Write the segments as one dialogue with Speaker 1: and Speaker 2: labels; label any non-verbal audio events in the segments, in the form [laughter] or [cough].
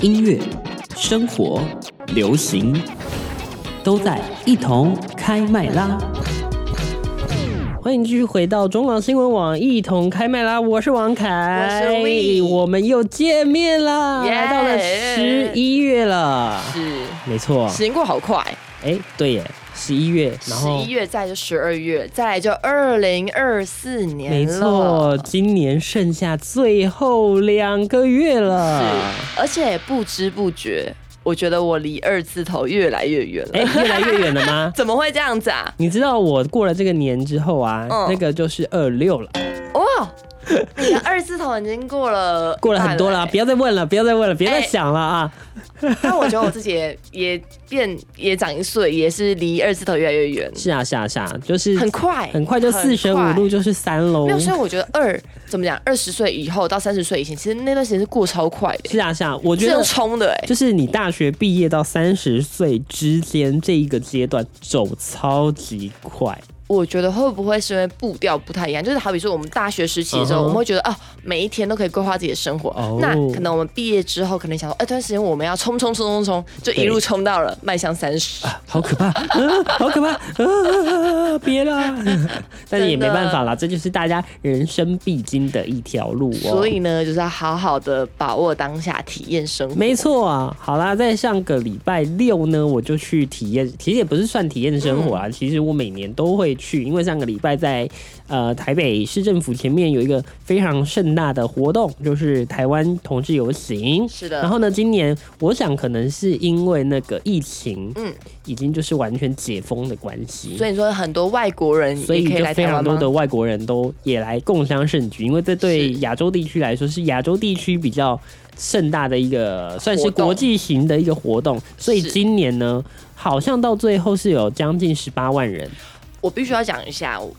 Speaker 1: 音乐、生活、流行，都在一同开麦啦！
Speaker 2: 欢迎继续回到中广新闻网，一同开麦啦！我是王凯，
Speaker 3: 我是 We
Speaker 2: 我们又见面啦
Speaker 3: Yeah
Speaker 2: 来到了十一月了，
Speaker 3: 是，
Speaker 2: 没错，
Speaker 3: 时间过好快，
Speaker 2: 哎，对耶，十一月，啊然
Speaker 3: 十
Speaker 2: 后
Speaker 3: 一月再就十二月，再来就二零二四年
Speaker 2: 没
Speaker 3: 了
Speaker 2: 错，今年剩下最后两个月了，
Speaker 3: 是，而且不知不觉，我觉得我离二字头越来越远了。？
Speaker 2: 哎，越来越远了吗
Speaker 3: 怎么会这样子啊？
Speaker 2: 你知道我过了这个年之后啊，
Speaker 3: 嗯
Speaker 2: 那个就是二六了，
Speaker 3: 哇、
Speaker 2: [laughs]
Speaker 3: 你的二字头已经过了，
Speaker 2: 过了很多了，不
Speaker 3: 要。
Speaker 2: 要再问了，不要再问了，别再
Speaker 3: 哎
Speaker 2: 想了啊！
Speaker 3: 但我觉得我自己也也变也长一岁，也是离二字头越来越远，
Speaker 2: 是啊，是啊，是啊，就是
Speaker 3: 很快，
Speaker 2: 很快就四舍五
Speaker 3: 很
Speaker 2: 入
Speaker 3: 快。
Speaker 2: 就是三喽
Speaker 3: 没。有，所以我觉得二怎么讲，二十岁以后到三十岁以前，其实那段时间是过超快的，欸
Speaker 2: 是啊，是啊，我
Speaker 3: 是
Speaker 2: 觉
Speaker 3: 用
Speaker 2: 得
Speaker 3: 冲的哎、
Speaker 2: 就是你大学毕业到三十岁之间这一个阶段走超级快，
Speaker 3: 我觉得会不会是因为步调不太一样？就是好比说我们大学时期的时候
Speaker 2: 嗯哼
Speaker 3: 我们会觉得啊，每一天都可以规划自己的生活。
Speaker 2: 哦
Speaker 3: 那可能我们毕业之后，可能想说，哎、这段时间我们要冲冲冲冲冲，就一路
Speaker 2: 对
Speaker 3: 冲到了迈向三十。
Speaker 2: 好可怕，啊、好可怕，啊、别啦！但是也没办法啦，这就是大家人生必经的一条路哦。
Speaker 3: 所以呢，就是要好好的把握当下，体验生活。
Speaker 2: 没错啊，好啦，在上个礼拜六呢，我就去体验，其实也不是算体验生活啊，其实我每年都会去，因为上个礼拜在呃台北市政府前面有一个非常盛大的活动，就是台湾同志游行。
Speaker 3: 是的
Speaker 2: 然后呢，今年我想可能是因为那个疫情，嗯
Speaker 3: 嗯，
Speaker 2: 已经就是完全解封的关系，
Speaker 3: 所以你说很多外国人也
Speaker 2: 所以
Speaker 3: 可以
Speaker 2: 就
Speaker 3: 来
Speaker 2: 非
Speaker 3: 台
Speaker 2: 常
Speaker 3: 湾
Speaker 2: 多
Speaker 3: 吗？
Speaker 2: 的外国人都也来共襄盛举，因为这对
Speaker 3: 是
Speaker 2: 亚洲地区来说是亚洲地区比较盛大的一个，算是
Speaker 3: 活动
Speaker 2: 国际型的一个活动。所以
Speaker 3: 是
Speaker 2: 今年呢，好像到最后是有将近十八万人，
Speaker 3: 我必须要讲一下，我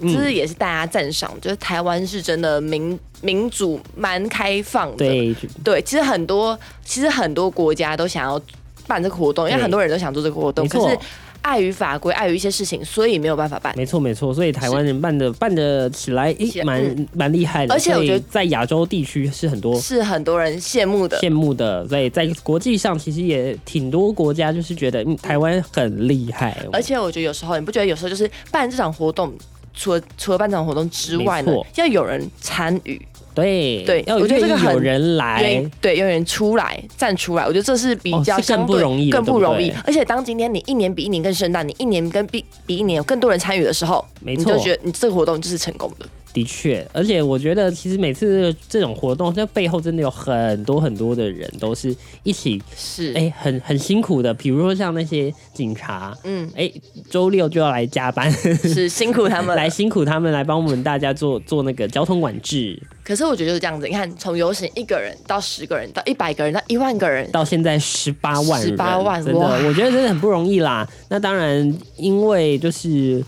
Speaker 2: 嗯
Speaker 3: 这也是大家赞赏，就是台湾是真的民民主蛮开放的。
Speaker 2: 对，
Speaker 3: 对，其实很多其实很多国家都想要办这个活动，因为
Speaker 2: 对
Speaker 3: 很多人都想做这个活动，
Speaker 2: 没
Speaker 3: 可
Speaker 2: 错
Speaker 3: 是碍于法规，碍于一些事情，所以没有办法办。
Speaker 2: 没错没错。所以台湾人办的办的起来，诶、
Speaker 3: 起来
Speaker 2: 蛮蛮厉害的。
Speaker 3: 嗯而且我觉
Speaker 2: 所
Speaker 3: 得
Speaker 2: 以在亚洲地区是很多
Speaker 3: 是很多人羡慕的，
Speaker 2: 羡慕的，所以在国际上其实也挺多国家就是觉得，嗯，台湾很厉害哦，
Speaker 3: 而且我觉得有时候你不觉得有时候就是办这场活动，除了除了办这场活动之外呢
Speaker 2: 没错，
Speaker 3: 要有人参与，
Speaker 2: 对
Speaker 3: 对
Speaker 2: 要
Speaker 3: 我觉得这个
Speaker 2: 愿意有
Speaker 3: 很
Speaker 2: 人来
Speaker 3: 愿意，对，有人出来站出来，我觉得这是比
Speaker 2: 哎哦
Speaker 3: 较
Speaker 2: 是更
Speaker 3: 相
Speaker 2: 不
Speaker 3: 对
Speaker 2: 容易的
Speaker 3: 更
Speaker 2: 对
Speaker 3: 不
Speaker 2: 不
Speaker 3: 容易
Speaker 2: 对。
Speaker 3: 而且当今天你一年比一年更盛大，你一年跟比比一年有更多人参与的时候，
Speaker 2: 没
Speaker 3: 你
Speaker 2: 错
Speaker 3: 就觉得你这个活动就是成功的。
Speaker 2: 的确，而且我觉得其实每次这种活动，这背后真的有很多很多的人都是一起，
Speaker 3: 是，
Speaker 2: 哎、很很辛苦的。比如说像那些警察，
Speaker 3: 嗯，
Speaker 2: 哎、周六就要来加班， [laughs]
Speaker 3: 是辛苦他们了
Speaker 2: 来辛苦他们来帮我们大家做做那个交通管制。
Speaker 3: 可是我觉得就是这样子，你看，从游行一个人到十个人，到一百个人，到一万个人，
Speaker 2: 到现在十八万人，
Speaker 3: 18万
Speaker 2: 真的，
Speaker 3: 哇
Speaker 2: 我觉得真的很不容易啦。那当然，因为就是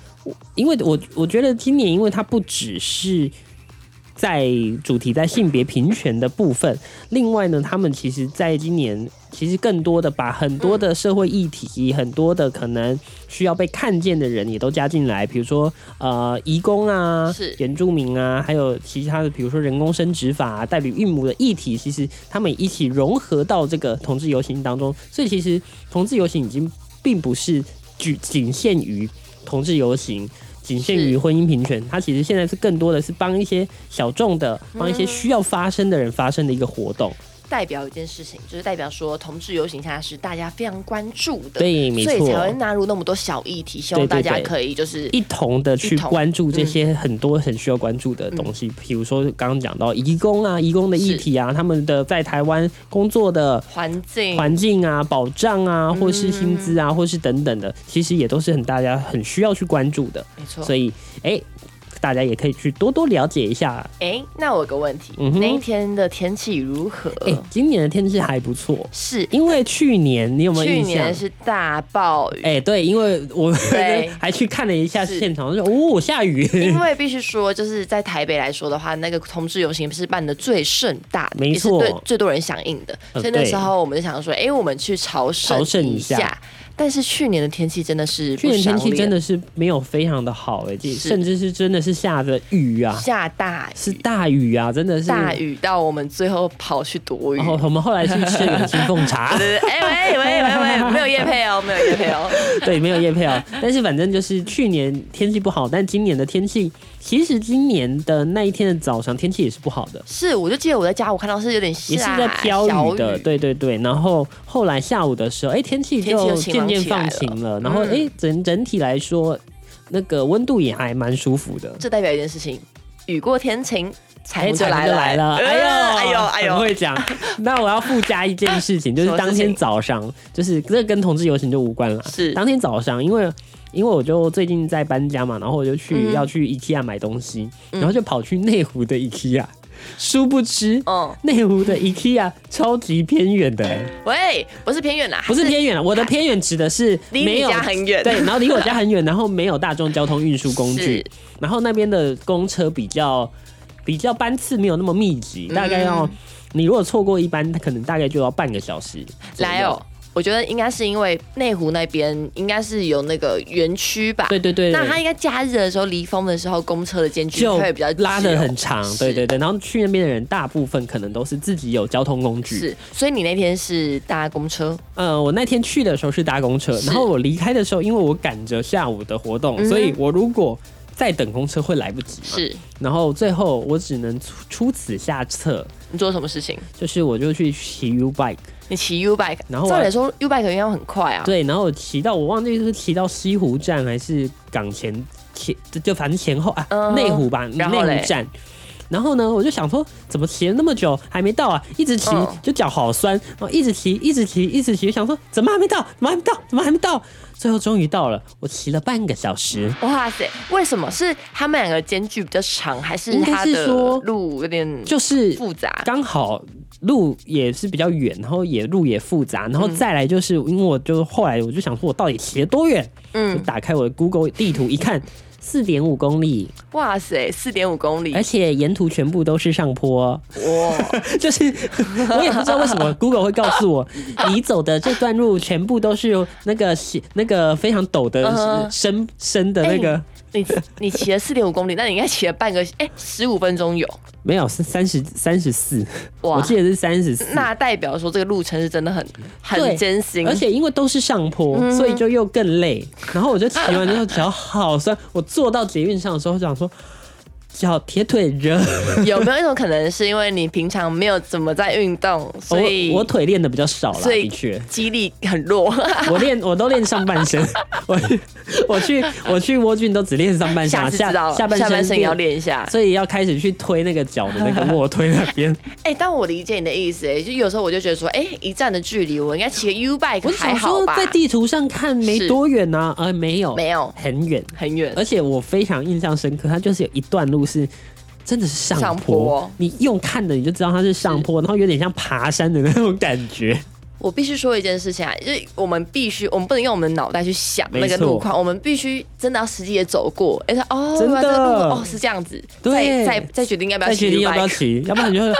Speaker 2: 因为我我觉得今年，因为它不只是在主题在性别平权的部分，另外呢，他们其实在今年。其实更多的把很多的社会议题，很多的可能需要被看见的人也都加进来，比如说呃，移工啊，
Speaker 3: 是
Speaker 2: 原住民啊，还有其他的，比如说人工生殖法、啊、代理孕母的议题，其实他们一起融合到这个同志游行当中。所以其实同志游行已经并不是仅仅限于同志游行。仅限于
Speaker 3: 是
Speaker 2: 婚姻平权，它其实现在是更多的是帮一些小众的、
Speaker 3: 嗯
Speaker 2: 帮一些需要发声的人发声的一个活动。
Speaker 3: 代表一件事情，就是代表说同志游行现在是大家非常关注的，
Speaker 2: 对没
Speaker 3: 所以
Speaker 2: 错
Speaker 3: 才会纳入那么多小议题，希望
Speaker 2: 对对
Speaker 3: 大家
Speaker 2: 对
Speaker 3: 可以就是
Speaker 2: 一同的去
Speaker 3: 一同嗯
Speaker 2: 关注这些很多很需要关注的东西，比如说刚刚讲到移工啊、移工的议
Speaker 3: 是嗯
Speaker 2: 题啊，他们的在台湾工作的
Speaker 3: 环境
Speaker 2: 环境啊、保障
Speaker 3: 嗯
Speaker 2: 啊，或是薪资啊，或是等等的，其实也都是很大家很需要去关注的。
Speaker 3: 没错。
Speaker 2: 所以，哎、大家也可以去多多了解一下。
Speaker 3: 哎、那我有个问题，
Speaker 2: 嗯哼
Speaker 3: 那一天的天气如何？
Speaker 2: 哎、今年的天气还不错，
Speaker 3: 是
Speaker 2: 因为去年你有没有
Speaker 3: 去
Speaker 2: 印象
Speaker 3: 年？是大暴雨，
Speaker 2: 哎、对，因为我
Speaker 3: 对
Speaker 2: [laughs] 还去看了一下
Speaker 3: 是
Speaker 2: 现场，就哦，下雨。 [laughs]
Speaker 3: 因为必须说，就是在台北来说的话，那个同志游行是办的最盛大的，
Speaker 2: 没
Speaker 3: 也是
Speaker 2: 错
Speaker 3: 对最多人响应的。
Speaker 2: 呃
Speaker 3: 所以那
Speaker 2: 对
Speaker 3: 时候我们就想说，哎、我们去朝圣
Speaker 2: 朝圣一
Speaker 3: 一
Speaker 2: 下
Speaker 3: 下。但是去年的天气真的是不
Speaker 2: 去年天气
Speaker 3: 赏脸
Speaker 2: 真的是没有非常的好哎、这
Speaker 3: 是
Speaker 2: 甚至是真的是是下着雨啊，
Speaker 3: 下大雨
Speaker 2: 是大雨啊，真的是
Speaker 3: 大。雨到我们最后跑去躲雨
Speaker 2: 然。后我们后来去吃远亲凤
Speaker 3: [laughs]
Speaker 2: 茶，
Speaker 3: 对对对，哎喂喂喂喂，没有叶配哦，没有叶配哦。
Speaker 2: 对，没有夜配哦。但是反正就是去年天气不好，但今年的天气，其实今年的那一天的早上天气也是不好的，
Speaker 3: 是，我就记得我在家，我看到是有点
Speaker 2: 也是
Speaker 3: 下
Speaker 2: 在飘
Speaker 3: 小
Speaker 2: 雨的，对对对。然后后来下午的时候，哎、天气
Speaker 3: 天气
Speaker 2: 就
Speaker 3: 又晴
Speaker 2: 渐
Speaker 3: 朗
Speaker 2: 渐
Speaker 3: 起来
Speaker 2: 放
Speaker 3: 了嗯
Speaker 2: 晴了，然后哎、整整体来说，那个温度也还蛮舒服的。
Speaker 3: 这代表一件事情，雨过天晴，彩
Speaker 2: 哎，
Speaker 3: 虹就
Speaker 2: 彩虹
Speaker 3: 来
Speaker 2: 就
Speaker 3: 了，
Speaker 2: 来了！哎呦，
Speaker 3: 哎呦，哎
Speaker 2: 很
Speaker 3: 呦，
Speaker 2: 会
Speaker 3: [laughs]
Speaker 2: 讲。那我要附加一件事情，就
Speaker 3: 什
Speaker 2: 是
Speaker 3: 么
Speaker 2: 当
Speaker 3: 事
Speaker 2: 天
Speaker 3: 情
Speaker 2: 早上，就是这跟同志游行就无关了。
Speaker 3: 是
Speaker 2: 当天早上，因为因为我就最近在搬家嘛，然后我就去、
Speaker 3: 嗯
Speaker 2: 要去 IKEA 买东西，然后就跑去内湖的 IKEA，殊不知。
Speaker 3: 嗯，
Speaker 2: 内湖的 IKEA 超级偏远的、哎
Speaker 3: 喂，不是偏远啦，
Speaker 2: 不是偏远了，我的偏远指的是
Speaker 3: 离
Speaker 2: 没
Speaker 3: 你
Speaker 2: 有
Speaker 3: 家很远
Speaker 2: 对，然后离我家很
Speaker 3: [laughs]
Speaker 2: 远，然后没有大众交通运输工具
Speaker 3: 是，
Speaker 2: 然后那边的公车比较比较班次没有那么密集，
Speaker 3: 嗯
Speaker 2: 大概要、你如果错过一班，可能大概就要半个小时左右
Speaker 3: 来哦。。我觉得应该是因为内湖那边应该是有那个园区吧，
Speaker 2: 对对对对
Speaker 3: 那它应该假日的时候离峰的时候，公车的间距
Speaker 2: 就
Speaker 3: 会比较
Speaker 2: 拉
Speaker 3: 久
Speaker 2: 得很长，对
Speaker 3: 是
Speaker 2: 对对。然后去那边的人，大部分可能都是自己有交通工具。
Speaker 3: 是，所以你那天是搭公车，
Speaker 2: 呃，我那天去的时候是搭公车，然后我离开的时候，因为我赶着下午的活动，
Speaker 3: 嗯哼
Speaker 2: 所以我如果再等公车会来不及嘛。
Speaker 3: 是
Speaker 2: 然后最后我只能出出此下策，
Speaker 3: 你做了什么事情？
Speaker 2: 就是我就去骑 U bike，
Speaker 3: 你骑 U bike，
Speaker 2: 然后我
Speaker 3: 照理说 U bike 应该很快啊，
Speaker 2: 对，然后我骑到我忘记是骑到西湖站还是港前前，就就反正前后啊
Speaker 3: 嗯
Speaker 2: 内、湖吧，内
Speaker 3: 然后嘞
Speaker 2: 湖站。然后呢，我就想说，怎么骑了那么久还没到啊？一直骑
Speaker 3: 嗯
Speaker 2: 就脚好酸，然后一直骑，一直骑，一直骑，想说怎么还没到？怎么还没到？怎么还没到？最后终于到了，我骑了半个小时。
Speaker 3: 哇塞，为什么是他们两个间距比较长，还是
Speaker 2: 应该
Speaker 3: 它
Speaker 2: 是
Speaker 3: 的
Speaker 2: 说
Speaker 3: 路有点
Speaker 2: 就是
Speaker 3: 复杂？
Speaker 2: 刚好路也是比较远，然后也路也复杂，然后
Speaker 3: 嗯
Speaker 2: 再来就是因为我就后来我就想说，我到底骑了多远？嗯，打开我的 Google 地图一看，四点五公里，
Speaker 3: 哇塞，四点五公里
Speaker 2: 而，且沿途全部都是上坡，
Speaker 3: 哇，
Speaker 2: [laughs] 就是我也不知道为什
Speaker 3: [laughs]
Speaker 2: 么 Google 会告诉我，你走的这段路全部都是那个斜那个非常陡
Speaker 3: 嗯
Speaker 2: 的
Speaker 3: 哼
Speaker 2: 深深的那个。
Speaker 3: 哎你 [laughs] 你骑了四点五公里，那你应该骑了半个，哎、十五分钟有，
Speaker 2: 没有，是三十三十四，
Speaker 3: 哇
Speaker 2: 我记得是三十四。
Speaker 3: 那代表说这个路程是真的很
Speaker 2: 对
Speaker 3: 很艰辛，嗯
Speaker 2: 而且因为都是上坡，所以就又更累。然后我就骑完之后脚好酸，我坐到捷运上的时候想说。脚铁腿热，
Speaker 3: 有没有一种可能是因为你平常没有怎么在运动，所以
Speaker 2: 我我腿练的比较少啦，
Speaker 3: 所以
Speaker 2: 的确，
Speaker 3: 肌力很弱，
Speaker 2: 我练我都练上半身，
Speaker 3: [laughs]
Speaker 2: 我我去我去蜗郡都只练上半身啊，
Speaker 3: [laughs] 下次知道
Speaker 2: 下
Speaker 3: 了
Speaker 2: 半
Speaker 3: 下半
Speaker 2: 身
Speaker 3: 身也要，练一下。
Speaker 2: 所以要开始去推那个脚的那个卧推
Speaker 3: [laughs]
Speaker 2: 那边。
Speaker 3: 哎、但我理解你的意思、哎，就有时候我就觉得说，哎、一站的距离，我应该骑个 U
Speaker 2: 我
Speaker 3: bike 还
Speaker 2: 想
Speaker 3: 好
Speaker 2: 说
Speaker 3: 吧？
Speaker 2: 在地图上看没
Speaker 3: 是
Speaker 2: 多远呐，呃没有
Speaker 3: 没有
Speaker 2: 很远，
Speaker 3: 很远，
Speaker 2: 而且我非常印象深刻，它就是有一段路是真的是上坡，
Speaker 3: 上坡
Speaker 2: 你用看的你就知道它是上坡，然后有点像爬山的那种感觉。
Speaker 3: 我必须说一件事情啊，就是我们必须，我们不能用我们的脑袋去想
Speaker 2: 没
Speaker 3: 那个
Speaker 2: 错
Speaker 3: 路况，我们必须真的要实际也走过，哎、说哦，
Speaker 2: 真的
Speaker 3: 原来这个路哦是这样子，
Speaker 2: 对
Speaker 3: 再再再决定要不要
Speaker 2: 再决
Speaker 3: 骑
Speaker 2: 定
Speaker 3: U
Speaker 2: 要不要
Speaker 3: bike。
Speaker 2: 骑，要不然你就
Speaker 3: [laughs]
Speaker 2: 会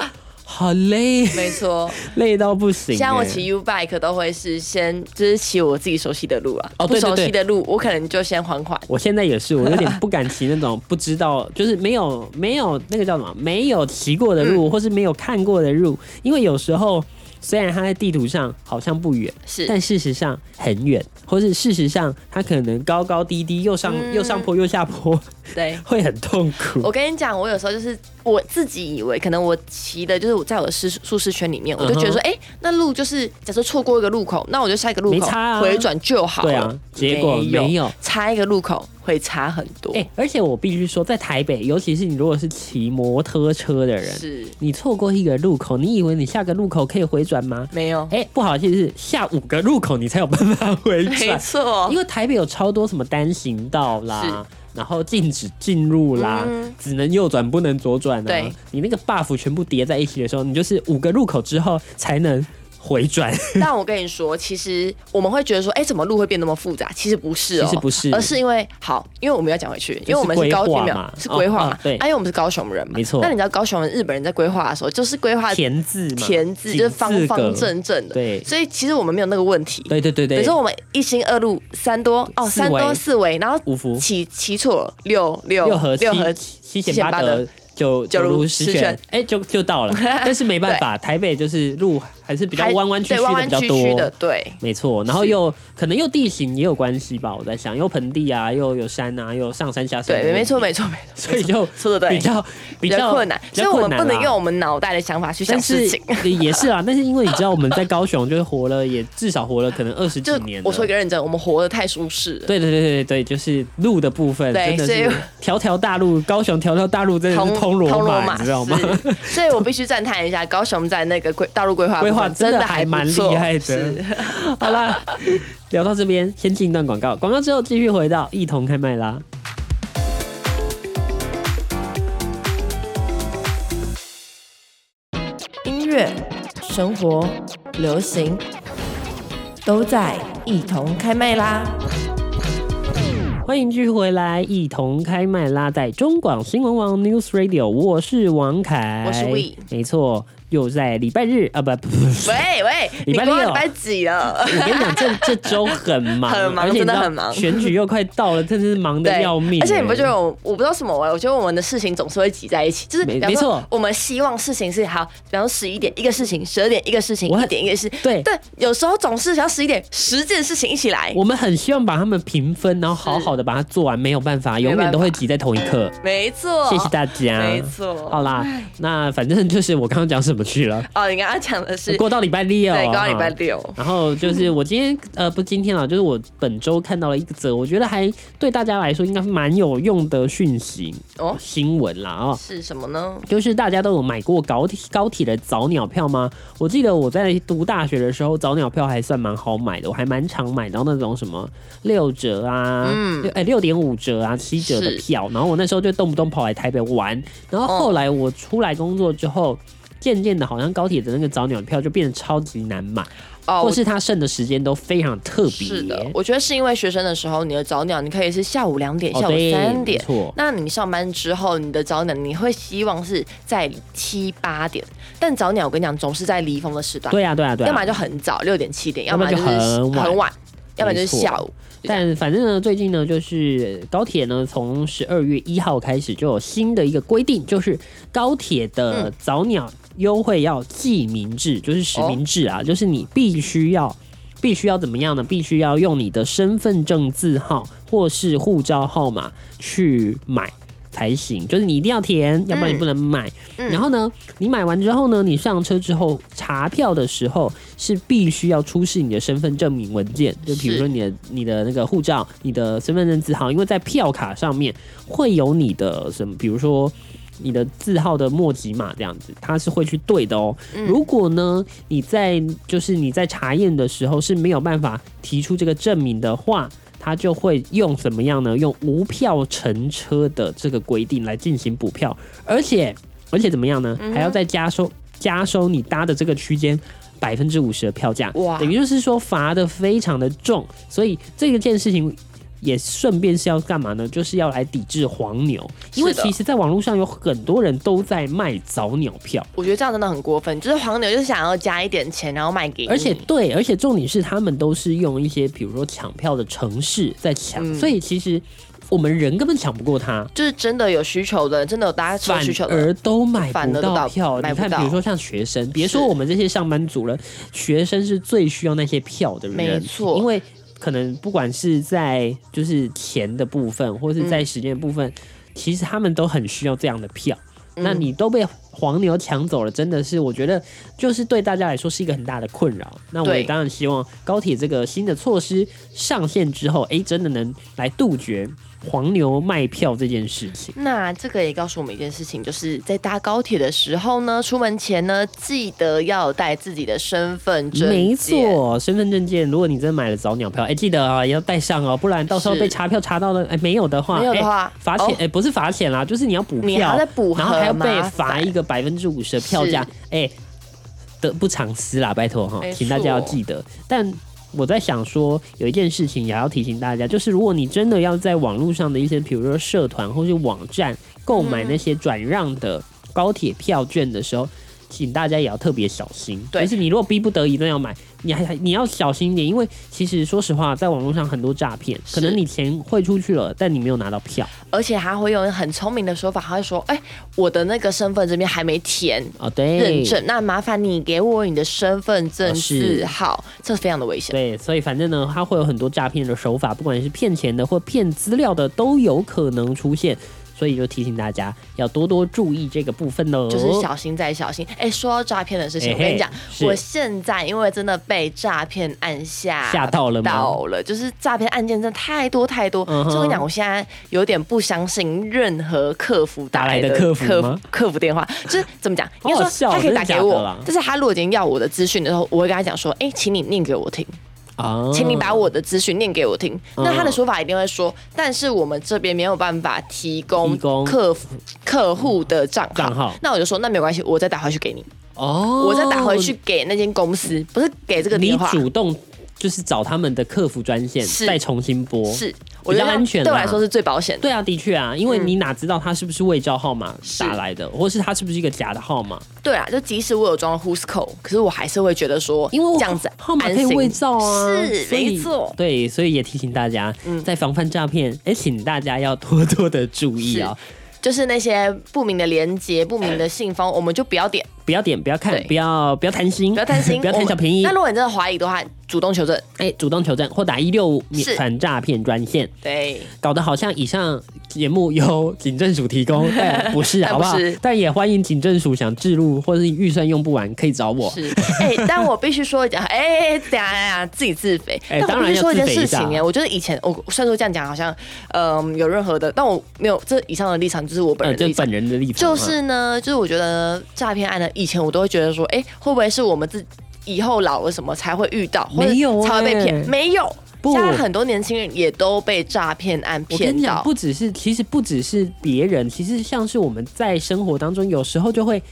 Speaker 2: 好累，
Speaker 3: 没错，
Speaker 2: [laughs] 累到不行、
Speaker 3: 像我
Speaker 2: 欸
Speaker 3: 骑 U bike 都会是先就是骑我自己熟悉的路啊，
Speaker 2: 哦
Speaker 3: 不
Speaker 2: 对对
Speaker 3: 熟
Speaker 2: 对
Speaker 3: 悉的路我可能就先缓缓。
Speaker 2: 我现在也是，我有点不敢骑那种不知道，就是没有没有那个叫什么，没有骑过的
Speaker 3: 嗯
Speaker 2: 路，或是没有看过的路，因为有时候虽然它在地图上好像不远，
Speaker 3: 是
Speaker 2: 但事实上很远，或是事实上它可能高高低低，又上、
Speaker 3: 嗯
Speaker 2: 又上坡又下坡，
Speaker 3: 对，
Speaker 2: 会很痛苦。
Speaker 3: 我跟你讲，我有时候就是我自己以为，可能我骑的就是我在我的舒舒适圈里面，我就觉得说，哎、那路就是假设错过一个路口，那我就下一个路
Speaker 2: 嗯没
Speaker 3: 口
Speaker 2: 差啊
Speaker 3: 回转就好了。
Speaker 2: 对啊结果没有
Speaker 3: 差一个路口会差很多。
Speaker 2: 哎、而且我必须说，在台北，尤其是你如果是骑摩托车的人，
Speaker 3: 是
Speaker 2: 你错过一个路口，你以为你下个路口可以回转吗？
Speaker 3: 没有，
Speaker 2: 哎、不好意思，是下五个路口你才有办法回
Speaker 3: 没
Speaker 2: 转，
Speaker 3: 错
Speaker 2: 因，为台北有超多什么单行道啦，然后禁止进入啦，
Speaker 3: 嗯
Speaker 2: 只能右转不能左转啊
Speaker 3: 对。
Speaker 2: 你那个 buff 全部叠在一起的时候，你就是五个入口之后才能回转，
Speaker 3: 但我跟你说，其实我们会觉得说，哎、怎么路会变那么复杂？其实不是哦，
Speaker 2: 其实不是
Speaker 3: 而是因为好，因为我们要讲回去，因为我们是高
Speaker 2: 规划
Speaker 3: 没有
Speaker 2: 嘛
Speaker 3: 是规划
Speaker 2: 哦
Speaker 3: 嘛
Speaker 2: 哦，对
Speaker 3: 啊因为我们是高雄人嘛，
Speaker 2: 没错
Speaker 3: 那你知道高雄人、日本人在规划的时候，就是规划
Speaker 2: 田字嘛，
Speaker 3: 田啊字，
Speaker 2: 井
Speaker 3: 就是方
Speaker 2: 字格
Speaker 3: 方正正的，
Speaker 2: 对
Speaker 3: 所以其实我们没有那个问题。
Speaker 2: 对对对
Speaker 3: 比如
Speaker 2: 对，
Speaker 3: 说我们一心二路三多哦，
Speaker 2: 四
Speaker 3: 三多
Speaker 2: 维
Speaker 3: 四维，然后
Speaker 2: 五福
Speaker 3: 骑骑错了六六
Speaker 2: 六合七
Speaker 3: 六合
Speaker 2: 七七贤八德。九
Speaker 3: 九如
Speaker 2: 如
Speaker 3: 十
Speaker 2: 十全
Speaker 3: 全，
Speaker 2: 哎、就就到
Speaker 3: [laughs]
Speaker 2: 了。但是没办法，台北就是路还是比较
Speaker 3: 还
Speaker 2: 弯弯曲
Speaker 3: 对
Speaker 2: 曲
Speaker 3: 弯
Speaker 2: 的比
Speaker 3: 弯
Speaker 2: 较
Speaker 3: 曲
Speaker 2: 多，
Speaker 3: 曲的，对
Speaker 2: 没错。然后又可能又地形也有关系吧，我在想，又盆地啊，又有山啊，又有上山下山，
Speaker 3: 对，没错，没错没错，
Speaker 2: 所以就
Speaker 3: 说得对
Speaker 2: 比较比
Speaker 3: 比较困难，
Speaker 2: 比
Speaker 3: 所以
Speaker 2: 较
Speaker 3: 我
Speaker 2: 困
Speaker 3: 们
Speaker 2: 难
Speaker 3: 不能
Speaker 2: 啦
Speaker 3: 用我们脑袋的想法去想
Speaker 2: 但
Speaker 3: 事
Speaker 2: 是 [laughs]
Speaker 3: 情。
Speaker 2: 也是啊，但是因为你知道我们在高雄就是活了，也至少活了可能二十几
Speaker 3: 就
Speaker 2: 年了。
Speaker 3: 我说一个认真，我们活得太舒适了。
Speaker 2: 对对对对对，就是路的部分，
Speaker 3: 对
Speaker 2: 真的是
Speaker 3: 所以
Speaker 2: 条条大路，高雄条条大路真的是通罗马，你知道吗？
Speaker 3: 是所以我必须赞叹一下高雄在那个规道路规划部
Speaker 2: [laughs] 规
Speaker 3: 分
Speaker 2: 划
Speaker 3: 真
Speaker 2: 真的
Speaker 3: 还
Speaker 2: 还
Speaker 3: 不
Speaker 2: 蛮
Speaker 3: 错
Speaker 2: 厉害的
Speaker 3: 是。
Speaker 2: [laughs] 好啦，聊到这边，先进一段广告，广告之后继续回到一同开麦啦。
Speaker 3: 音乐、生活、流行都在一同开麦啦！
Speaker 2: 欢迎继续回来，一同开麦啦，在中广新闻网 News Radio，我是王凯，
Speaker 3: 我是 We
Speaker 2: 没错，又在礼拜日啊，不 [laughs] 不不不
Speaker 3: 喂喂，你
Speaker 2: 礼拜
Speaker 3: 过
Speaker 2: 六
Speaker 3: 礼拜
Speaker 2: [laughs]
Speaker 3: 几了？
Speaker 2: 我跟你讲，这这周很忙，
Speaker 3: 很忙
Speaker 2: 而且你知道
Speaker 3: 真的很忙
Speaker 2: 选举又快到了，真是忙的
Speaker 3: 对，
Speaker 2: 要命。
Speaker 3: 而且你不觉得
Speaker 2: 哎
Speaker 3: 我我不知道什么我，我觉得我们的事情总是会挤在一起，就是
Speaker 2: 没
Speaker 3: 比方
Speaker 2: 没
Speaker 3: 说
Speaker 2: 错
Speaker 3: 我们希望事情是好，比方十一点一个事情，十二点一个事情，
Speaker 2: 我
Speaker 3: 一点一个事，
Speaker 2: 对
Speaker 3: 对，有时候总是想要十一点十件事情一起来，
Speaker 2: 我们很希望把他们平分，然后好好的把它做完，没有办法，永远都会挤在同一刻。
Speaker 3: 没错，
Speaker 2: 谢谢大家，
Speaker 3: 没错
Speaker 2: 好啦，那反正就是我刚刚讲什么去了。
Speaker 3: 哦，你刚刚讲的是
Speaker 2: 过到礼拜六，
Speaker 3: 对，刚刚礼拜
Speaker 2: 哈
Speaker 3: [laughs] 六，
Speaker 2: 然后就是我今天呃不是今天了，就是我本周看到了一则，我觉得还对大家来说应该蛮有用的讯息
Speaker 3: 哦
Speaker 2: 新闻啦哦，
Speaker 3: 是什么呢？
Speaker 2: 就是大家都有买过高铁高铁的早鸟票吗？我记得我在读大学的时候，早鸟票还算蛮好买的，我还蛮常买到那种什么六折啊，嗯，哎六点五折啊，七折的
Speaker 3: 是
Speaker 2: 票。然后我那时候就动不动跑来台北玩，然后后来我出来工作之后。渐渐的，好像高铁的那个早鸟票就变得超级难买，或
Speaker 3: 哦，我
Speaker 2: 是它剩的时间都非常特别。
Speaker 3: 是的，我觉得是因为学生的时候，你的早鸟你可以是下午两点、
Speaker 2: 哦
Speaker 3: 下午
Speaker 2: 对
Speaker 3: 三点
Speaker 2: 没错，
Speaker 3: 那你上班之后，你的早鸟你会希望是在七八点，但早鸟我跟你讲，总是在离峰的时段，
Speaker 2: 对啊，对啊，对啊。
Speaker 3: 要么就很早六点七点，
Speaker 2: 要
Speaker 3: 么
Speaker 2: 么就
Speaker 3: 就是
Speaker 2: 很晚
Speaker 3: 很晚，要么就是
Speaker 2: 没错
Speaker 3: 下午。
Speaker 2: 但反正呢，最近呢，就是高铁呢，从十二月一号开始就有新的一个规定，就是高铁的
Speaker 3: 嗯
Speaker 2: 早鸟优惠要记名制，就是
Speaker 3: 哦
Speaker 2: 实名制啊，就是你必须要。必须要怎么样呢？必须要用你的身份证字号或是护照号码去买才行，就是你一定要填，要不
Speaker 3: 嗯
Speaker 2: 然你不能买。然后呢，你买完之后呢，你上车之后查票的时候是必须要出示你的身份证明文件，就比如
Speaker 3: 是
Speaker 2: 说你的你的那个护照、你的身份证字号，因为在票卡上面会有你的什么，比如说。你的字号的末几码这样子，它是会去对的哦。
Speaker 3: 嗯
Speaker 2: 如果呢，你在就是你在查验的时候是没有办法提出这个证明的话，它就会用怎么样呢？用无票乘车的这个规定来进行补票，而且而且怎么样呢？
Speaker 3: 嗯
Speaker 2: 还要再加收加收你搭的这个区间。百分之五十的票价，
Speaker 3: 哇
Speaker 2: 等于就是说罚的非常的重，所以这个件事情也顺便是要干嘛呢？就是要来抵制黄牛，因为
Speaker 3: 是的
Speaker 2: 其实在网络上有很多人都在卖早鸟票，
Speaker 3: 我觉得这样真的很过分，就是黄牛就是想要加一点钱，然后卖给你，
Speaker 2: 而且对，而且重点是他们都是用一些比如说抢票的城市在抢，
Speaker 3: 嗯
Speaker 2: 所以其实我们人根本抢不过他。
Speaker 3: 就是真的有需求的，真的有搭车
Speaker 2: 反
Speaker 3: 需求的，
Speaker 2: 而都买
Speaker 3: 反
Speaker 2: 不
Speaker 3: 而都到
Speaker 2: 到票，
Speaker 3: 买
Speaker 2: 你
Speaker 3: 不
Speaker 2: 看，
Speaker 3: 到
Speaker 2: 比如说像学生，别
Speaker 3: 是
Speaker 2: 说我们这些上班族了，学生是最需要那些票的人，
Speaker 3: 没错
Speaker 2: 因为可能不管是在就是钱的部分，或
Speaker 3: 嗯
Speaker 2: 是在时间的部分，其实他们都很需要这样的票。
Speaker 3: 嗯
Speaker 2: 那你都被黄牛抢走了，真的是我觉得就是对大家来说是一个很大的困扰。那我
Speaker 3: 对
Speaker 2: 也当然希望高铁这个新的措施上线之后，哎，真的能来杜绝黄牛卖票这件事情。
Speaker 3: 那这个也告诉我们一件事情，就是在搭高铁的时候呢，出门前呢，记得要带自己的身份证。
Speaker 2: 没。错，身份证件，如果你真的买了早鸟票，哎、记得啊，也要带上哦，不然到时候
Speaker 3: 是
Speaker 2: 被查票查到了，哎、没有的话，
Speaker 3: 没有的
Speaker 2: 哎
Speaker 3: 话
Speaker 2: 罚钱，
Speaker 3: 哦
Speaker 2: 哎、不是罚钱啦，就是你要补票，
Speaker 3: 你还要再补
Speaker 2: 然后还要
Speaker 3: 很麻
Speaker 2: 被
Speaker 3: 烦
Speaker 2: 罚一个百分之五十的票价，哎、得不偿失啦，拜托哈
Speaker 3: 没，错
Speaker 2: 请大家要记得。但我在想说，有一件事情也要提醒大家，就是如果你真的要在网络上的一些，比如说社团或是网站购
Speaker 3: 嗯
Speaker 2: 买那些转让的高铁票券的时候。请大家也要特别小心，
Speaker 3: 对
Speaker 2: 就是你如果逼不得已一定要买，你还还你要小心一点，因为其实说实话，在网络上很多诈骗，可能
Speaker 3: 是
Speaker 2: 你钱汇出去了，但你没有拿到票
Speaker 3: 而且他会用很聪明的说法，他会说：“哎、我的那个身份这边还没填
Speaker 2: 哦，对，
Speaker 3: 认证，那麻烦你给我你的身份证
Speaker 2: 啊是
Speaker 3: 字号。”这非常的危险。
Speaker 2: 对，所以反正呢，它会有很多诈骗的手法，不管是骗钱的或骗资料的，都有可能出现。所以就提醒大家要多多注意这个部分哦喽。
Speaker 3: 就是小心再小心。哎、说到诈骗的事情，
Speaker 2: 哎
Speaker 3: 我
Speaker 2: 嘿
Speaker 3: 跟你讲，
Speaker 2: 是
Speaker 3: 我现在因为真的被诈骗案吓
Speaker 2: 吓到了吗
Speaker 3: 到了，就是诈骗案件真的太多太多。
Speaker 2: 嗯哼
Speaker 3: 所以我跟你讲，我现在有点不相信任何客服
Speaker 2: 打来
Speaker 3: 来
Speaker 2: 的客
Speaker 3: 客
Speaker 2: 服
Speaker 3: 客
Speaker 2: 吗
Speaker 3: 服客服电话，就是怎么讲？
Speaker 2: 好
Speaker 3: 应该
Speaker 2: 好笑
Speaker 3: 说他可以打
Speaker 2: 真的
Speaker 3: 给
Speaker 2: 假的
Speaker 3: 我
Speaker 2: 啦，
Speaker 3: 但是他如果已经要我的资讯的时候，我会跟他讲说：“哎、请你念给我听。”
Speaker 2: 啊，
Speaker 3: 请你把我的资讯念给我听。
Speaker 2: 嗯
Speaker 3: 那他的说法一定会说，但是我们这边没有办法提供
Speaker 2: 提供
Speaker 3: 客服客户的账号。
Speaker 2: 账号
Speaker 3: 那我就说，那没关系，我再打回去给你，
Speaker 2: 哦，
Speaker 3: 我再打回去给那间公司，不是给这个
Speaker 2: 你
Speaker 3: 电话，
Speaker 2: 主动就是找他们的客服专线
Speaker 3: 是
Speaker 2: 再重新拨。
Speaker 3: 是我觉得
Speaker 2: 比较安全啦
Speaker 3: 对我来说是最保险的。
Speaker 2: 对啊，的确啊，因为
Speaker 3: 嗯
Speaker 2: 你哪知道他是不是伪造号码打来的，或是他是不是一个假的号码？
Speaker 3: 对啊，就即使我有装 Who's Call，可是我还是会觉得说，
Speaker 2: 因为我
Speaker 3: 这样子
Speaker 2: 号码可以
Speaker 3: 安心
Speaker 2: 伪造啊，
Speaker 3: 是
Speaker 2: 所以
Speaker 3: 没错。嗯
Speaker 2: 对，所以也提醒大家，在防范诈骗，哎，请大家要多多的注意啊、
Speaker 3: 就是那些不明的连接、不明的信封，我们就不要点，
Speaker 2: 不要点，不要看
Speaker 3: 对，
Speaker 2: 不要不要贪心，
Speaker 3: 不要贪心，
Speaker 2: [laughs] 不要贪
Speaker 3: 我们
Speaker 2: 小便宜
Speaker 3: 那。如果你真的怀疑的话，主动求证。
Speaker 2: 哎，主动求证或打一六五
Speaker 3: 是
Speaker 2: 反诈骗专线，
Speaker 3: 对，
Speaker 2: 搞得好像以上节目由警政署提
Speaker 3: [laughs]
Speaker 2: 供，但不是，
Speaker 3: 但
Speaker 2: 好不好
Speaker 3: 不是？
Speaker 2: 但也欢迎警政署想置入或是预算用不完，可以找我。
Speaker 3: 是，哎、但我必须说一件，哎、等一下等一下自己自肥。
Speaker 2: 哎
Speaker 3: 但
Speaker 2: 当
Speaker 3: 我
Speaker 2: 然
Speaker 3: 必须
Speaker 2: 要
Speaker 3: 说一件
Speaker 2: 自肥一
Speaker 3: 事
Speaker 2: 下
Speaker 3: 情，哎，我觉得以前我虽然说这样讲好像，嗯、有任何的，但我没有这以上的立场，就是我本
Speaker 2: 呃，
Speaker 3: 人的
Speaker 2: 就
Speaker 3: 立场。
Speaker 2: 本人的立场
Speaker 3: 就
Speaker 2: 嘛，
Speaker 3: 是呢，就是我觉得诈骗案呢，以前我都会觉得说，哎、会不会是我们自以后老了什么才会遇到，或者
Speaker 2: 没有
Speaker 3: 才会被骗
Speaker 2: 哎？
Speaker 3: 没有，
Speaker 2: 不
Speaker 3: 现在很多年轻人也都被诈骗案
Speaker 2: 我跟
Speaker 3: 骗
Speaker 2: 你讲，
Speaker 3: 到。
Speaker 2: 不只是，其实不只是别人，其实像是我们在生活当中，有时候就会，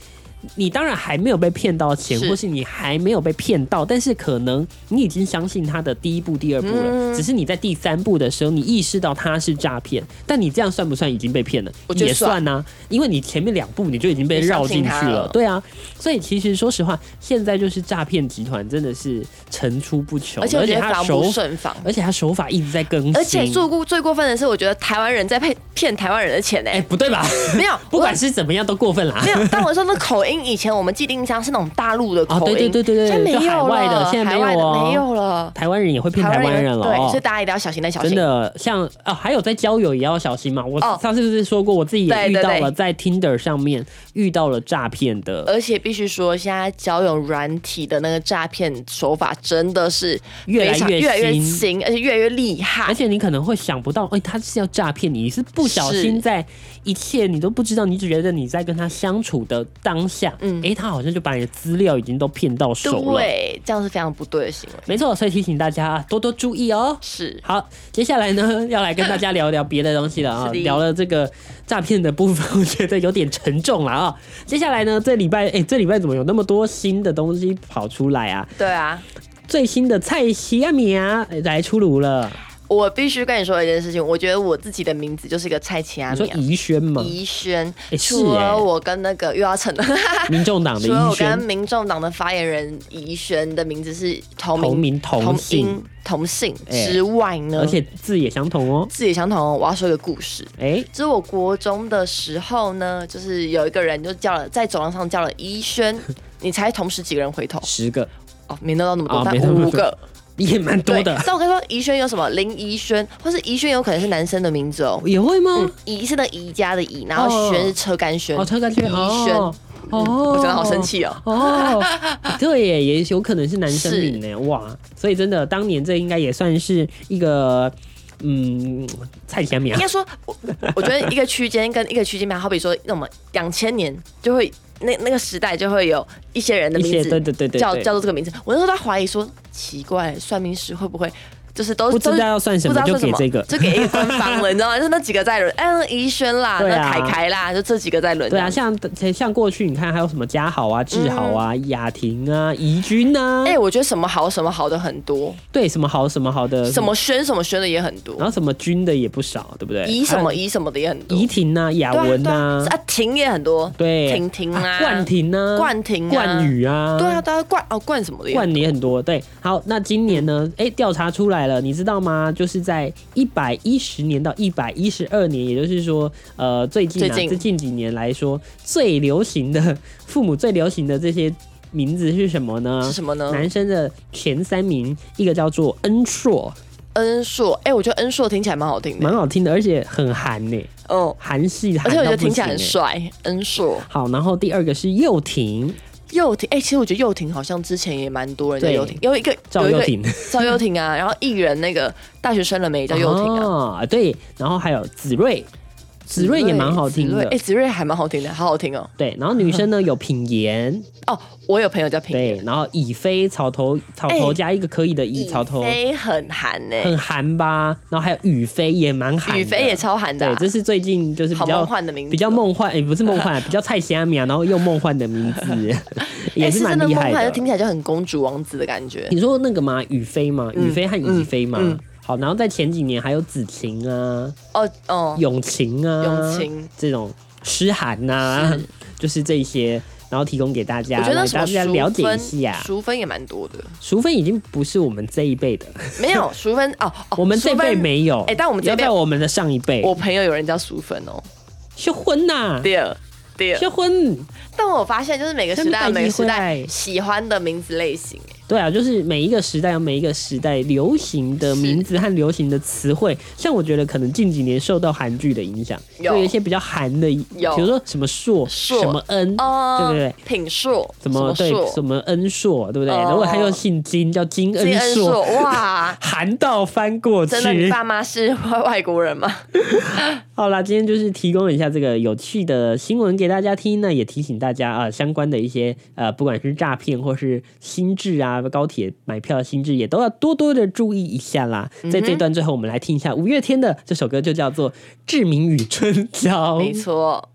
Speaker 2: 你当然还没有被骗到钱，
Speaker 3: 是
Speaker 2: 或是你还没有被骗到，但是可能你已经相信他的第一步、第二步了，
Speaker 3: 嗯
Speaker 2: 只是你在第三步的时候，你意识到他是诈骗，但你这样算不算已经被骗了？
Speaker 3: 我觉得
Speaker 2: 也算呐、因为你前面两步你就已经被
Speaker 3: 你相
Speaker 2: 绕
Speaker 3: 信
Speaker 2: 进去
Speaker 3: 他
Speaker 2: 了，
Speaker 3: 了
Speaker 2: 对啊，所以其实说实话，现在就是诈骗集团真的是层出不穷，
Speaker 3: 而且我觉得
Speaker 2: 他
Speaker 3: 防
Speaker 2: 手
Speaker 3: 不
Speaker 2: 法，
Speaker 3: 胜防。
Speaker 2: 而且他手法一直在更新，
Speaker 3: 而且最过最过分的是，我觉得台湾人在骗骗台湾人的钱呢、
Speaker 2: 哎、不对吧？
Speaker 3: 没有，
Speaker 2: 不管
Speaker 3: 我
Speaker 2: 是怎么样都过分啦。
Speaker 3: 没有，但我说那口音，以前我们既定印象是那种大陆的口音，
Speaker 2: 哦对对对对对
Speaker 3: 现在没
Speaker 2: 就海
Speaker 3: 有
Speaker 2: 外的
Speaker 3: 了，
Speaker 2: 现在没有
Speaker 3: 海外的
Speaker 2: 哦
Speaker 3: 没有了，
Speaker 2: 台湾人也会骗台湾人了
Speaker 3: 对，
Speaker 2: 哦
Speaker 3: 所以。大家一定要小心，再小
Speaker 2: 真
Speaker 3: 心。
Speaker 2: 的，像哦，还有在交友也要小心嘛。我
Speaker 3: 哦
Speaker 2: 上次不是说过，我自己也
Speaker 3: 对
Speaker 2: 遇
Speaker 3: 对
Speaker 2: 到
Speaker 3: 对呃
Speaker 2: 了在 Tinder 上面遇到了诈骗的，
Speaker 3: 而且必须说，现在交友软体的那个诈骗手法真的是
Speaker 2: 越来
Speaker 3: 非常
Speaker 2: 越
Speaker 3: 越来越
Speaker 2: 新
Speaker 3: 新，而且越来越厉害
Speaker 2: 而。且你可能会想不到，哎、他是要诈骗你，你是不小心
Speaker 3: 是
Speaker 2: 在一切你都不知道，你只觉得你在跟他相处的当下，嗯，哎、他好像就把你的资料已经都骗到手了。
Speaker 3: 对，这样是非常不对的行为。
Speaker 2: 没错，所以提醒大家啊多多注意哦。
Speaker 3: 是，
Speaker 2: 好，接下来呢，要来跟大家聊一聊别的东西了啊、
Speaker 3: [laughs] 是的
Speaker 2: 聊了这个诈骗的部分，我觉得有点沉重了啊、接下来呢，这礼拜，哎、这礼拜怎么有那么多新的东西跑出来啊？
Speaker 3: 对啊，
Speaker 2: 最新的蔡西亚米啊，哎来出炉了。
Speaker 3: 我必须跟你说一件事情，我觉得我自己的名字就是一个蔡奇阿
Speaker 2: 你说
Speaker 3: 米啊亚
Speaker 2: 宜轩
Speaker 3: [laughs]
Speaker 2: 吗？
Speaker 3: 宜轩，
Speaker 2: 哎是
Speaker 3: 除
Speaker 2: 哎
Speaker 3: 了我跟那个又要 [laughs] 成了。
Speaker 2: 民众党的
Speaker 3: 所以
Speaker 2: 宜
Speaker 3: 我跟
Speaker 2: 轩，
Speaker 3: 民众党的发言人宜轩的名字是同名、
Speaker 2: 同名同
Speaker 3: 同
Speaker 2: 姓
Speaker 3: 音同姓
Speaker 2: 哎
Speaker 3: 之外呢，
Speaker 2: 而且字也相同哦。
Speaker 3: 字也相同哦。我要说一个故事，
Speaker 2: 哎、
Speaker 3: 就是我国中的时候呢，就是有一个人就叫了在走廊上叫了
Speaker 2: [laughs]
Speaker 3: 宜轩，你猜同时几个人回头？
Speaker 2: 十个
Speaker 3: 哦，没弄到那么
Speaker 2: 哦
Speaker 3: 多，但
Speaker 2: 没弄那么
Speaker 3: 五
Speaker 2: 多
Speaker 3: 个。
Speaker 2: 也蛮 [laughs] 多
Speaker 3: 对，
Speaker 2: 的，
Speaker 3: 但我跟你说，宜轩有什么林宜轩，或是宜轩有可能是男生的名字哦。
Speaker 2: 也会吗？
Speaker 3: 嗯，宜是那个宜家的宜，然
Speaker 2: 哦
Speaker 3: 后轩是车干轩。
Speaker 2: 哦，车感觉
Speaker 3: 宜轩，
Speaker 2: 哦，哦，
Speaker 3: 我真的好生气哦。 [laughs]
Speaker 2: 哦，对耶，也有可能是男生名呢，哇！所以真的，当年这应该也算是一个，嗯，蔡前苗
Speaker 3: 应该说，我我觉得一个区间跟一个区间吧，好比说那么两千年就会那那个时代就会有一些人的
Speaker 2: 一
Speaker 3: 名
Speaker 2: 些，
Speaker 3: 字
Speaker 2: 对对对对，
Speaker 3: 叫
Speaker 2: 对
Speaker 3: 叫做这个名字。我那时候在怀疑说，奇怪，算命师会不会就是都
Speaker 2: 不知道
Speaker 3: 都是
Speaker 2: 要算什么
Speaker 3: 不知道
Speaker 2: 就给
Speaker 3: 算什
Speaker 2: 这个
Speaker 3: 就给官方了，你知道
Speaker 2: [laughs]
Speaker 3: 吗？就是那几个在轮，嗯，怡轩啦，
Speaker 2: 对啊
Speaker 3: 那凯凯啦，就这几个在轮。
Speaker 2: 对啊，，像像过去你看还有什么嘉豪啊、志豪啊、雅婷啊、怡君啊，
Speaker 3: 嗯哎，我觉得什么好什么好的很多，
Speaker 2: 对什么好什么好的
Speaker 3: 什么，轩什么轩的也很多
Speaker 2: 然，后什么君的也不少，对不对？
Speaker 3: 怡什么
Speaker 2: 还
Speaker 3: 怡什么的也很
Speaker 2: 有
Speaker 3: 多。
Speaker 2: 怡婷啊、雅
Speaker 3: 对啊
Speaker 2: 文
Speaker 3: 对
Speaker 2: 啊
Speaker 3: 啊，啊，婷也很多，
Speaker 2: 对，
Speaker 3: 婷婷啊
Speaker 2: 冠廷啊，
Speaker 3: 冠廷啊
Speaker 2: 冠宇啊，
Speaker 3: 对啊，大家冠哦冠什么的也很多
Speaker 2: 冠你很多，对。好，那今年呢？哎，调查出来了，你知道吗？就是在一百一十年到一百一十二年，也就是说，呃，最近啊，
Speaker 3: 最近
Speaker 2: 这近几年来说，最流行的父母最流行的这些名字是什么呢？
Speaker 3: 是什么呢？
Speaker 2: 啊男生的前三名，一个叫做恩硕，
Speaker 3: 恩硕，哎、我觉得恩硕听起来蛮好听
Speaker 2: 蛮
Speaker 3: 的，
Speaker 2: 好听的，而且很韩呢、
Speaker 3: 嗯，
Speaker 2: 韩系韩
Speaker 3: 而且我觉得听起来
Speaker 2: 到不
Speaker 3: 很
Speaker 2: 行欸
Speaker 3: 帅。恩硕，
Speaker 2: 好，然后第二个是幼婷，
Speaker 3: 幼婷，哎、其实我觉得幼婷好像之前也蛮多人叫
Speaker 2: 对
Speaker 3: 幼婷，有一个
Speaker 2: 赵
Speaker 3: 有一
Speaker 2: 幼
Speaker 3: 个
Speaker 2: 婷，
Speaker 3: 赵幼婷
Speaker 2: 嗯
Speaker 3: 啊，然后艺人那个大学生了没也叫幼婷啊，
Speaker 2: 啊，对，然后还有子睿，子睿也蛮好听
Speaker 3: 子睿
Speaker 2: 的
Speaker 3: 哎、，子睿还蛮好听的，好好听哦。
Speaker 2: 对，然后女生呢有品
Speaker 3: [laughs]
Speaker 2: 言，
Speaker 3: 哦，我有朋友叫平，
Speaker 2: 对，然后以飞草头草头
Speaker 3: 哎
Speaker 2: 加一个可以的以草头，
Speaker 3: 飞很韩呢、
Speaker 2: 很韩吧，然后还有雨飞也蛮韩的，
Speaker 3: 雨飞也超韩的、
Speaker 2: 对
Speaker 3: 啊，，
Speaker 2: 这是最近就是比
Speaker 3: 好
Speaker 2: 较
Speaker 3: 梦幻的名字哦，
Speaker 2: 比较梦幻，哎也不是梦
Speaker 3: [laughs]
Speaker 2: 幻，比较菜西阿米啊，然后又梦幻的名字，也
Speaker 3: 哎
Speaker 2: 是蛮
Speaker 3: 真
Speaker 2: 厉
Speaker 3: 的
Speaker 2: 害
Speaker 3: 梦幻，就
Speaker 2: 的嗯
Speaker 3: 听。起来就很公主王子的感觉。
Speaker 2: 你说那个嘛，雨飞嘛，雨飞和以飞嘛
Speaker 3: 嗯嗯，
Speaker 2: 好，然后在前几年还有子晴啊，
Speaker 3: 哦哦，
Speaker 2: 永晴啊，
Speaker 3: 永晴
Speaker 2: 这种诗涵呐、就是这一些，然后提供给大家，
Speaker 3: 我觉得那
Speaker 2: 来
Speaker 3: 什
Speaker 2: 大
Speaker 3: 么
Speaker 2: 家
Speaker 3: 淑
Speaker 2: 啊了解一
Speaker 3: 芬
Speaker 2: 下。
Speaker 3: 淑芬也蛮多的。
Speaker 2: 淑芬已经不是我们这一
Speaker 3: [laughs]
Speaker 2: 辈的，
Speaker 3: 没
Speaker 2: [laughs]
Speaker 3: 有淑芬哦，哦
Speaker 2: 我们这辈。
Speaker 3: 淑芬
Speaker 2: 没有。
Speaker 3: 哎但我们这
Speaker 2: 要
Speaker 3: 辈
Speaker 2: 在我们的上一辈
Speaker 3: 我朋友有人叫淑芬哦，
Speaker 2: 结婚呐、
Speaker 3: 第二第二。
Speaker 2: 结婚。
Speaker 3: 但我发现就是每个时代有每个时
Speaker 2: 下面带机
Speaker 3: 代
Speaker 2: 会
Speaker 3: 喜欢的名字类型，哎
Speaker 2: 对啊，就是每一个时代有每一个时代流行的名字和流行的词汇，像我觉得可能近几年受到韩剧的影响，
Speaker 3: 有
Speaker 2: 就有一些比较韩的，
Speaker 3: 有
Speaker 2: 比如说什么硕、
Speaker 3: 硕
Speaker 2: 什么恩，
Speaker 3: 哦，
Speaker 2: 对对对，
Speaker 3: 品硕
Speaker 2: 什么对
Speaker 3: 硕
Speaker 2: 什么恩硕，对不对？
Speaker 3: 哦
Speaker 2: 如果他又姓金，叫金
Speaker 3: 金
Speaker 2: 恩
Speaker 3: 恩
Speaker 2: 硕，
Speaker 3: 硕，，哇
Speaker 2: 韩到翻过去
Speaker 3: 真。的，你爸妈是外外国人吗？
Speaker 2: 好啦，今天就是提供一下这个有趣的新闻给大家听呢，也提醒大家啊、相关的一些呃，不管是诈骗或是心智啊，高铁买票的心智，也都要多多的注意一下啦。
Speaker 3: 嗯
Speaker 2: 在这段最后，我们来听一下五月天的这首歌，就叫做《志明与春娇》。
Speaker 3: 没错。